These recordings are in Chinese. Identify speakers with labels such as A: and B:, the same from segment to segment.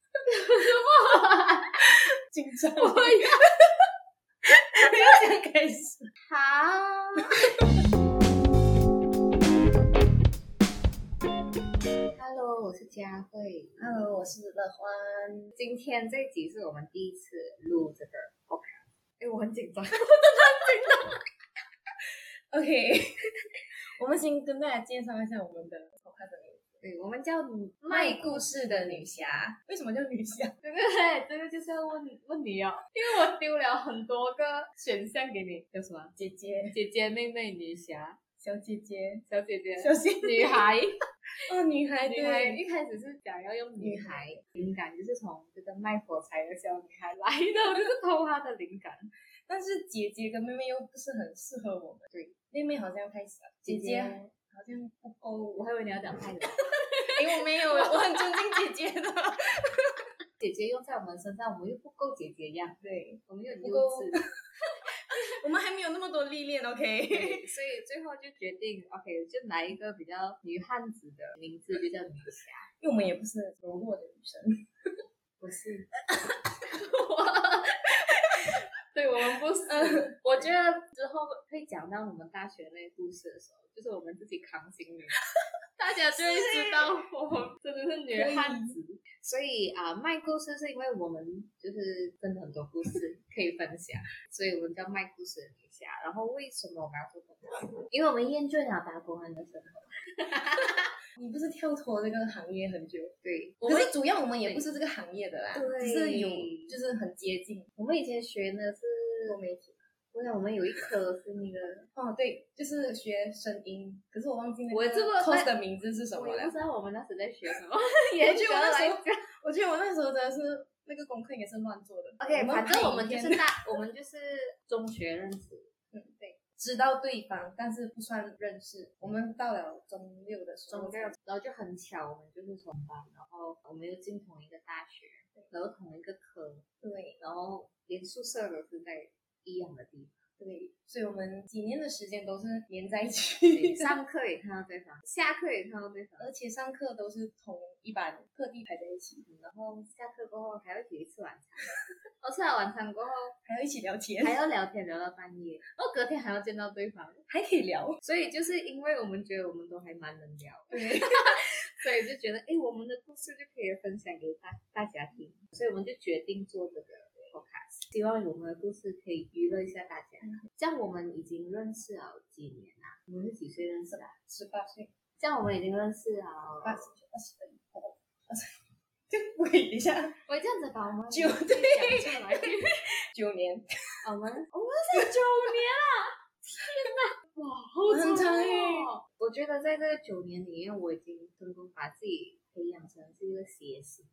A: 紧张，
B: 我要
A: 要想开始。
B: 好。Hello，我是佳慧。
A: Hello，我呃是乐欢。
B: 今天这一集是我们第一次录这个 OK，哎、我很紧张。
A: OK，我 们先跟大家介绍一下我们的 podcast 的名字。
B: 对，我们叫
A: 卖
B: 卖
A: 故
B: 故事的女侠，
A: 为什么叫女侠？
B: 对不对？这个就是要问问你哦， 因为我丢了很多个选项给你，叫什么？
A: 姐姐、
B: 姐姐、妹妹、女侠、
A: 小姐姐、
B: 小姐姐、
A: 小姐
B: 女孩。
A: 哦，女孩
B: 女孩
A: 对，
B: 一开始是想要用女孩灵感，就是从这个卖火柴的小女孩来的，我就是偷她的灵感。
A: 但是姐姐跟妹妹又不是很适合我们。
B: 对，
A: 妹妹好像开始了，姐姐好像 不够。
B: 哦我还以为你要讲派的，
A: 哎，我没有，我很尊敬姐姐的。
B: 姐姐用在我们身上，我们又不够姐姐样，
A: 对，
B: 我们又很
A: 不
B: 幼
A: 够
B: 稚，
A: 我们还没有那么多历练，OK？
B: 对所以最后就决定，OK，就来一个比较女汉子的名字，就叫女侠。
A: 因为我们也不是柔弱的女生。
B: 不是， 对我们不是。嗯我觉得之后会讲到我们大学那故事的时候，就是我们自己扛行李，大家就会知道我们真的是女汉子。所以啊，卖故事是因为我们就是真的很多故事可以分享，所以我们叫卖故事的女侠。然后为什么我们要做这个？因为我们厌倦了打工人的生活。
A: 你不是跳脱这个行业很久？
B: 对，我
A: 可
B: 们
A: 是主要我们也不是这个行业的啦，
B: 对
A: 只是有就是很接近
B: 我们以前学的是，
A: 多媒体。
B: 我想我们有一科是那个。
A: 哦，对，就是学声音，可是我忘记那
B: 我
A: 个
B: 这么
A: course 的名字是什
B: 我
A: 么
B: 也
A: 了
B: 不。知道我们当时在学什 么，
A: 我觉得我那时
B: 来
A: 候，我觉得我那时候真的是那个功课也是乱做的。
B: OK，
A: 们
B: 反正
A: 拍
B: 我们
A: 影
B: 就
A: 片
B: 是大，我们就是中学认识，
A: 嗯对，知道对方，但是不算认识。我们到了中六的时候，
B: 中六，然后就很巧，我们就是同班，然后我们又进同一个大学，然后同一个科，
A: 对
B: 然后连宿舍都是在一样的地方，
A: 对，所以我们几年的时间都是连在一
B: 对
A: 起，
B: 上课也看到对方，下课也看到对 方，
A: 而且上课都是同一班，特地排在一起，
B: 然后下课过后还要一起去吃晚餐， 然后吃了晚餐过后
A: 还要一起聊天，
B: 还要聊天聊到半夜，然后隔天哦还要见到对方，
A: 还可以 聊。
B: 所以就是因为我们觉得我们都还蛮能聊的。
A: 对，
B: 所以就觉得，哎，我们的故事就可以分享给大大家听，所以我们就决定做这个 podcast，希望我们的故事可以娱乐一下大家。
A: 嗯
B: 这样我们已经认识了几年啦、我们是几岁认识的、啊？
A: 十八岁。
B: 这样我们已经认识了，
A: 八十九、二十分，二十，对，不可以，等一下，
B: 我这样子把我们
A: 九
B: 对讲出来，
A: 九年，
B: 我们我们是九年啊！天哪，哇，好
A: 很长哎
B: 哦
A: 耶！
B: 我觉得在这个九年里面，我已经成功把自己培养成是一个写手。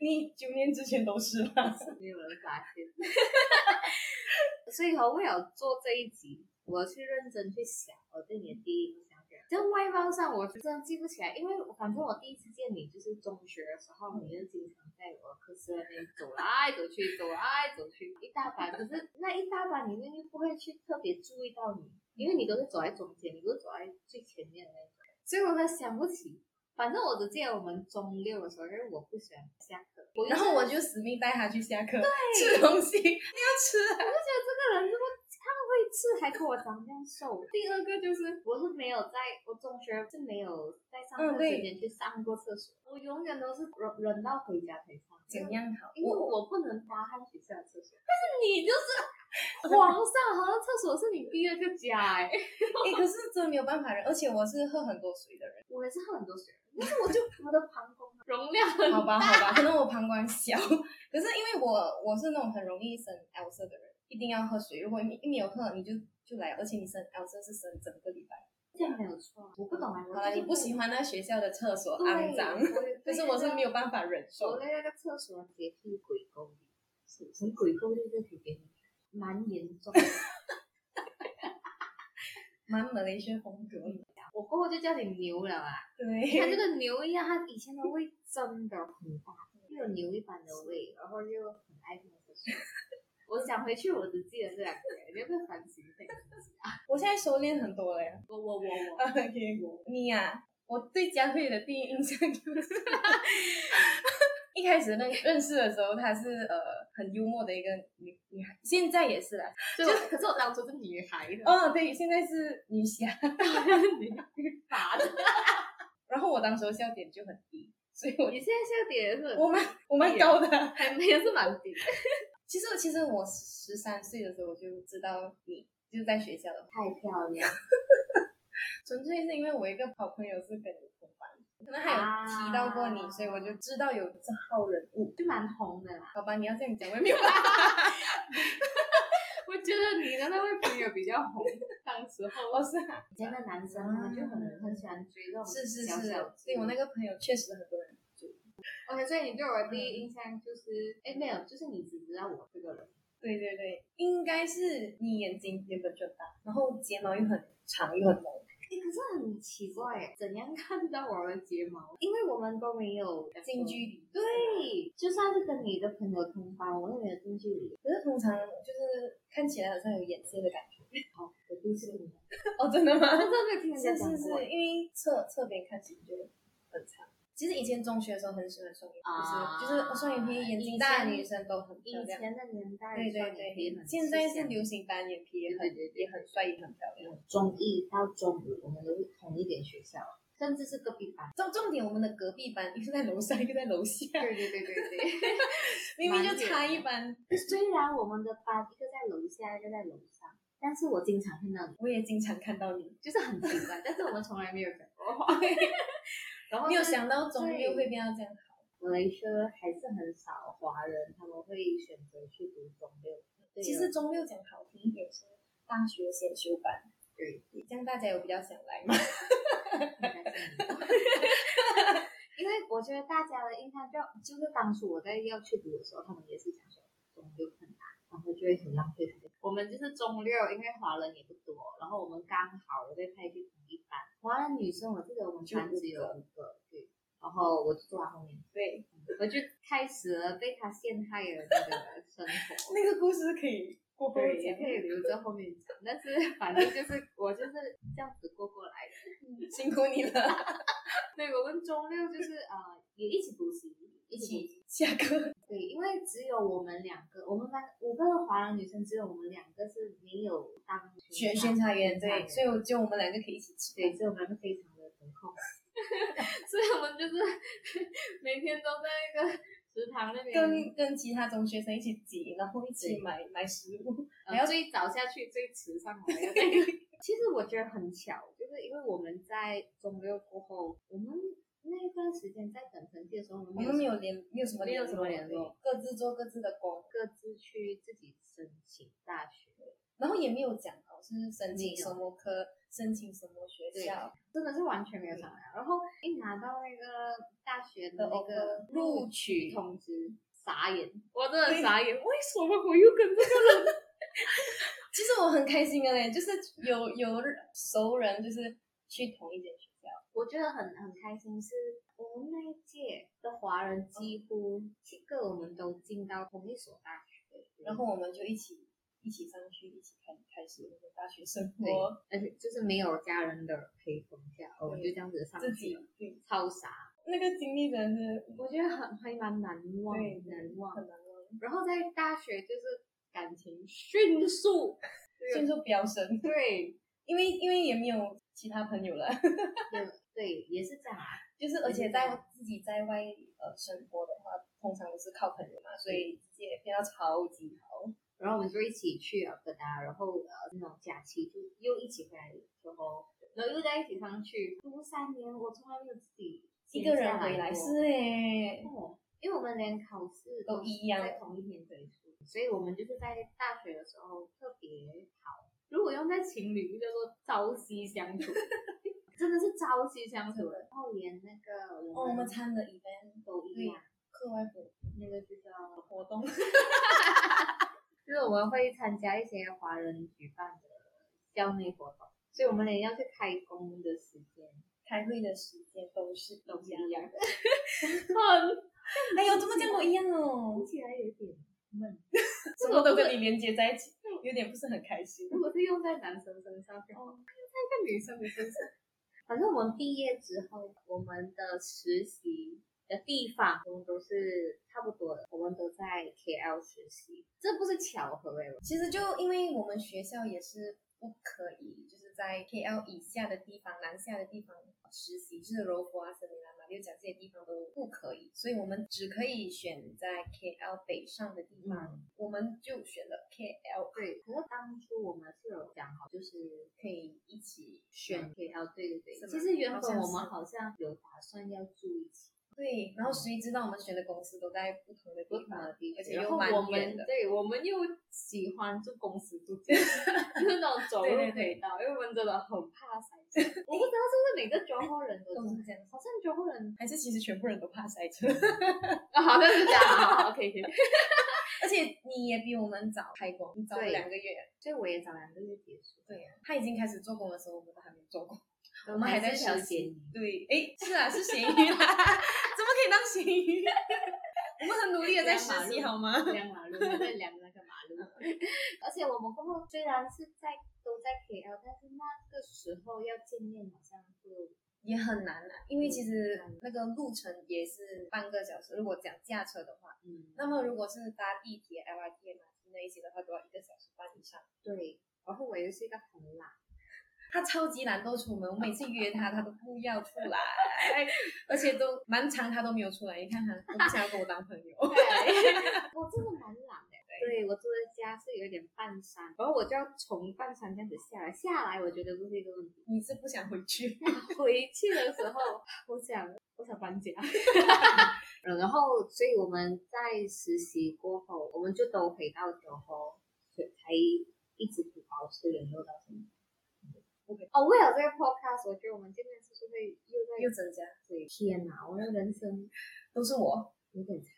A: 你九年之前都是吗？
B: 没有人发现。 所以哦，为了做这一集，我去认真去想我对你的第一印象。在外貌上，我真的记不起来，因为我反正我第一次见你就是中学的时候，你就经常在我课室那边走来走去，走来走去，一大把。可是那一大把里面又不会去特别注意到你，因为你都是走在中间，你都是走在最前面的那种，所以我才想不起。反正我只记得我们中六的时候，因为我不喜欢下课，我就
A: 然后我就死命带他去下课吃东西，你要吃、啊，
B: 我就觉得这个人怎么他会吃，还跟我长这样瘦。第二个就是，我是没有在我中学是没有在上
A: 嗯
B: 课
A: 对
B: 之前去上过厕所，我永远都是忍忍到回家才上。
A: 怎？样好？
B: 因为
A: 我
B: 我不能搭汉学校的厕所，但是你就是皇上好像厕所是你第二个家
A: 哎、
B: 哎、
A: 可是真的没有办法人，而且我是喝很多水的人，
B: 我也是喝很多水，但是我就我的膀胱容量 很
A: 好 吧，好吧，可能我膀胱小， 可是因为我我是那种很容易生 L 色的人，一定要喝水，如果你一没有喝，你就就来，而且你生 L 色是生整个礼拜。
B: 这样没有错，我不懂啊，我
A: 好了，你不喜欢那学校的厕所
B: 对
A: 肮脏，可是我是没有办法忍受
B: 我
A: 的。
B: 在那个厕所洁癖鬼沟里，是从鬼沟里这里边蛮严重的。
A: 蛮马来西亚风格。
B: 我过后就叫你牛了啊！它
A: 对，
B: 这个牛一样，它以前的胃真的很大，又有牛一般的胃，然后又很爱上厕所。我想回去，我只记得这两个，你要不要反省一下？
A: 我现在收敛很多了呀。
B: 我我我我，
A: OK，你呀、我对佳慧的第一印象就是， 一开始认认识的时候，她是呃很幽默的一个女女孩，现在也是啦。
B: 所以我可是我当初是女孩的，
A: 哦，对，现在是女侠。
B: 女孩的。
A: 然后我当时候笑点就很低，所以我
B: 你现在笑点是
A: 我蛮我蛮高的。
B: 还没有是蛮低的，
A: 其实其实我十三岁的时候我就知道你就是在学校的话，
B: 太漂亮
A: 纯粹是因为我一个好朋友是跟你同班，可能还有提到过你，
B: 啊
A: 所以我就知道有这号人物。
B: 就蛮红的啦。
A: 好吧，你要这样讲，我也没有办法。
B: 我觉得你的那位朋友比较红，当时候
A: 我是 啊
B: 以前的男生他们就很很喜欢追这种
A: 是是
B: 小
A: 是
B: 小，
A: 对我那
B: 个
A: 个朋友确实很多人。
B: OK，所以你对我的第一印象就是，哎，没有，就是你只知道我这个人，
A: 对对对，应该是你眼睛原本就大，然后睫毛又很长又很浓。
B: 哎，可是很奇怪，怎样看到我的睫毛？因为我们都没有
A: 近距离。
B: 对，就算是跟你的朋友同班，我也没有近距离。
A: 可是通常就是看起来好像有眼线的感觉。
B: 哦，我第一次跟你讲，
A: 哦，真的吗？
B: 我真的没有听人家
A: 是
B: 讲
A: 是
B: 过
A: 是，因为侧侧边看起来就很长。其实以前中学的时候很喜欢双眼皮，
B: 啊
A: 就是就是双眼皮眼睛大的女生都很漂
B: 以
A: 亮。
B: 前的年代，
A: 对对对，现在是流行单眼皮，也很
B: 对对对
A: 也很帅，也很漂亮。
B: 中艺到中五，我们都是同一点学校，甚至是隔壁班。
A: 重重点，我们的隔壁班一个在楼上，一个在楼下，
B: 对对对对 对。
A: 明明就
B: 蛮远的
A: 差一班。
B: 虽然我们的班一个在楼下，一个在楼上，但是我经常看到你，
A: 我也经常看到你，
B: 就是很奇怪，但是我们从来没有讲过话。 然后
A: 没有
B: 就是
A: 想到中六会变到这样。
B: 马来西亚还是很少华人他们会选择去读中六。对哦
A: 其实中六讲好听一点是大学先修班，
B: 对，
A: 这样大家有比较想来吗？
B: 应该是没有因为我觉得大家的印象就就是当初我在要去读的时候，他们也是讲说中六很难，然后就会很浪费时间。我们就是中六，因为华人也不多，然后我们刚好被派去同一班，华人女生我记得我们班只有五个，对，然后我就坐在后面，
A: 对，
B: 我就开始了被他陷害的那个生活。
A: 那个故事可以过后
B: 对，也
A: 讲
B: 可。以留着后面讲，但是反正就是我就是这样子过过来的。
A: 嗯辛苦你了，
B: 对，我跟中六就是呃也一起补习， 一
A: 一
B: 起
A: 起嗯下课。
B: 对，因为只有我们两个，我们班五个华人女生，只有我们两个是没有当
A: 选宣传员对，所
B: 所以
A: 以我就我们两个可以一起吃。
B: 对，所以我们非常的得空， 所以我们就是 每天都在那个食堂那边，
A: 跟跟其他中学生一起挤，然后一起
B: 对
A: 买买食物。
B: 呃
A: 还要
B: 最早下去，最迟上来的。 其实我觉得很巧，就是因为我们在中六过后，我们那一段时间在等成绩的时候，我
A: 我
B: 们
A: 们没
B: 有
A: 有联，没有什么
B: 没有什么
A: 络
B: 联络，
A: 对各自做各自的工，
B: 各自去自己申请大学，
A: 然后也没有讲哦，是申
B: 没
A: 请
B: 有
A: 什么科，申请什么学
B: 对
A: 校
B: 真的是完全没有商量。然后一拿到那个大学
A: 的
B: 的那个
A: offer，录取
B: 通知，傻眼，我真的
A: 对
B: 傻眼，为什么我又跟这个人？
A: 其实我很开心的嘞，就是有有熟人就是去同一间学校，
B: 我觉得很很开心，是我们那一届的华人几乎七个，我们都进到同一所大学，
A: 然后我们就一起一起上去，一起开开始我们的大学生
B: 对
A: 活，，
B: 而且就是没有家人的陪同下，哦我们就
A: 对
B: 这样子上
A: 自
B: 去
A: 己
B: 了，
A: 对
B: 超傻，
A: 那个经历真的是
B: 我觉得很还蛮难忘，
A: 对
B: 难忘。
A: 很难忘，
B: 然后在大学就是感情迅速，
A: 迅速飙升，
B: 对，
A: 因为因为也没有其他朋友了，
B: 对对，也是这样啊。
A: 就是而且在自己在外呃生活的话，通常都是靠朋友嘛，所以自己也变到超级好，
B: 然后我们就一起去了哥达，然后呃那种假期就又一起回来的时候，然后又在一起上去读三年，我从来没有自己
A: 一个人
B: 闲下
A: 回来
B: 过
A: 是欸诶，
B: 哦，因为我们连考试
A: 都一样
B: 在同一天推出，所以我们就是在大学的时候特别好。如果用在情侣，就叫做朝夕 相处，真的是朝夕相处的。然后连那个
A: 哦，我
B: 我
A: 们
B: 们
A: 参的 event
B: 都一样，
A: 课外活
B: 那个就叫，
A: 活动。
B: 就是我们会参加一些华人举办的校内活动，所以我们连要去开工的时间
A: 开会的时间都是
B: 都
A: 都
B: 是
A: 一
B: 一
A: 样。
B: 样的，很
A: 哎呦，怎么跟我一样
B: 哦听
A: 哦？
B: 起来有点闷。
A: 什么都跟你连接在一起，有点不是很开心。
B: 如果是用在男生身上就好，用在一个女生的身上。哦反正我们毕业之后，我们的实习的地方我们都是差不多的，我们都在 KL 实习，这不是巧合欸诶，
A: 其实就因为我们学校也是不可以，就是在 KL 以下的地方、南下的地方实习，就是柔佛啊、森林啊、马六甲这些地方都不可以，所以我们只可以选在 KL 北上的地方，
B: 嗯
A: 我们就选了 KL，
B: 对，可是当初我们是有讲好，就是
A: 可以一起
B: 选 KL，对对对
A: 是。吗
B: 其实原
A: 好
B: 本
A: 像
B: 我们
A: 是
B: 嗯好像有打算要住一起
A: 对，然后谁知道我们选的公司都在不同的
B: 不
A: 地
B: 同
A: 方
B: 的，地
A: 而
B: 区，
A: 且
B: 呃然
A: 又
B: 后
A: 蛮
B: 我们
A: 远的。
B: 对我们又喜欢住公司住家，就是那种走
A: 对
B: 路
A: 对对
B: 轨道，因为我们真的很怕塞车。 我不知道是不是每个中国人都
A: 都是
B: 这
A: 这样
B: 样，好像中国人
A: 还是其实全部人都怕塞车，
B: 啊，好像是这样。好 OK，
A: 而且你也比我们早开工，你早了
B: 对
A: 两个月。
B: 所以我也早两个月结束，
A: 对呀、他已经开始做工的时候，我们都还没做工。
B: 我
A: 我们还在
B: 小
A: 实
B: 咸
A: 习
B: 鱼。
A: 对，哎，是啊，是 咸鱼啦，怎么可以当咸鱼？ 我们很努力的在实习，好吗？
B: 量马路，在量那个马路。 而且我们过后虽然是在都在 KL，但是那个时候要见面好像就
A: 也很难啊，因为其实那个路程也是半个小时，如果讲驾车的话，
B: 嗯，
A: 那么如果是搭地铁、LRT、MRT 那一些的话，都要一个小时半以上。
B: 对。然后我又是一个很懒，
A: 他超级懒，都出门。我每次约他，他都不要出来，哎而且都蛮长，他都没有出来。你看他，都不想要跟我当朋 友。
B: 我真的蛮懒的。对我住的家是有点半山，然后我就要从半山这样子下来，下来我觉得不是一个问题。
A: 你是不想回去？
B: 回去的时候，我想我想搬家。 嗯然后，所以我们在实习过后，我们就都回到酒后，所以才一直不保持联络到现在。哦，为了这个 podcast，我觉得我们见面次数会又在
A: 又增加，
B: 对，天哪，我的人生
A: 都是 我，
B: 有点惨，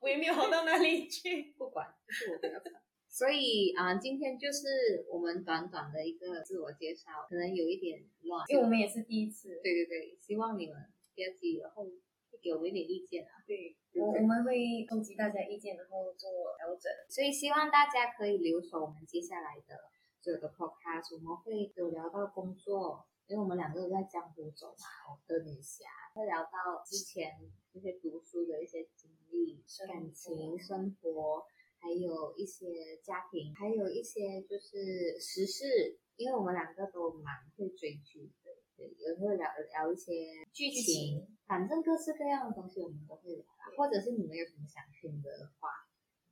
A: 我也没有好到哪里去。
B: 不管，就是我比较惨。所以啊、今天就是我们短短的一个自我介绍，可能有一点乱，
A: 因为我们也是第一次，
B: 对对对，希望你们第二季然后会给我们一点意见啊。
A: 对，
B: 对
A: 我我们会收集大家意见，然后做调整。
B: 所以希望大家可以留守我们接下来的这个 podcast，我们会有聊到工作，因为我们两个都在江湖走嘛，我跟女侠会聊到之前这些读书的一些经历、
A: 生活
B: 感情、生活，还有一些家庭，还有一些就是时事，因为我们两个都蛮会追剧的。对，也会聊聊一些剧
A: 剧
B: 情，反正各式各样的东西我们都会聊啊，或者是你们有什么想听的话，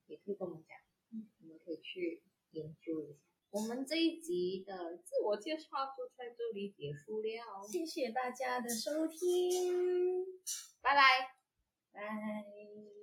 B: 也可以跟我们讲，
A: 嗯
B: 我们可以去研究一下。我们这一集的自我介绍就在这里结束了，哦
A: 谢谢大家的收听，
B: 拜拜。
A: 拜。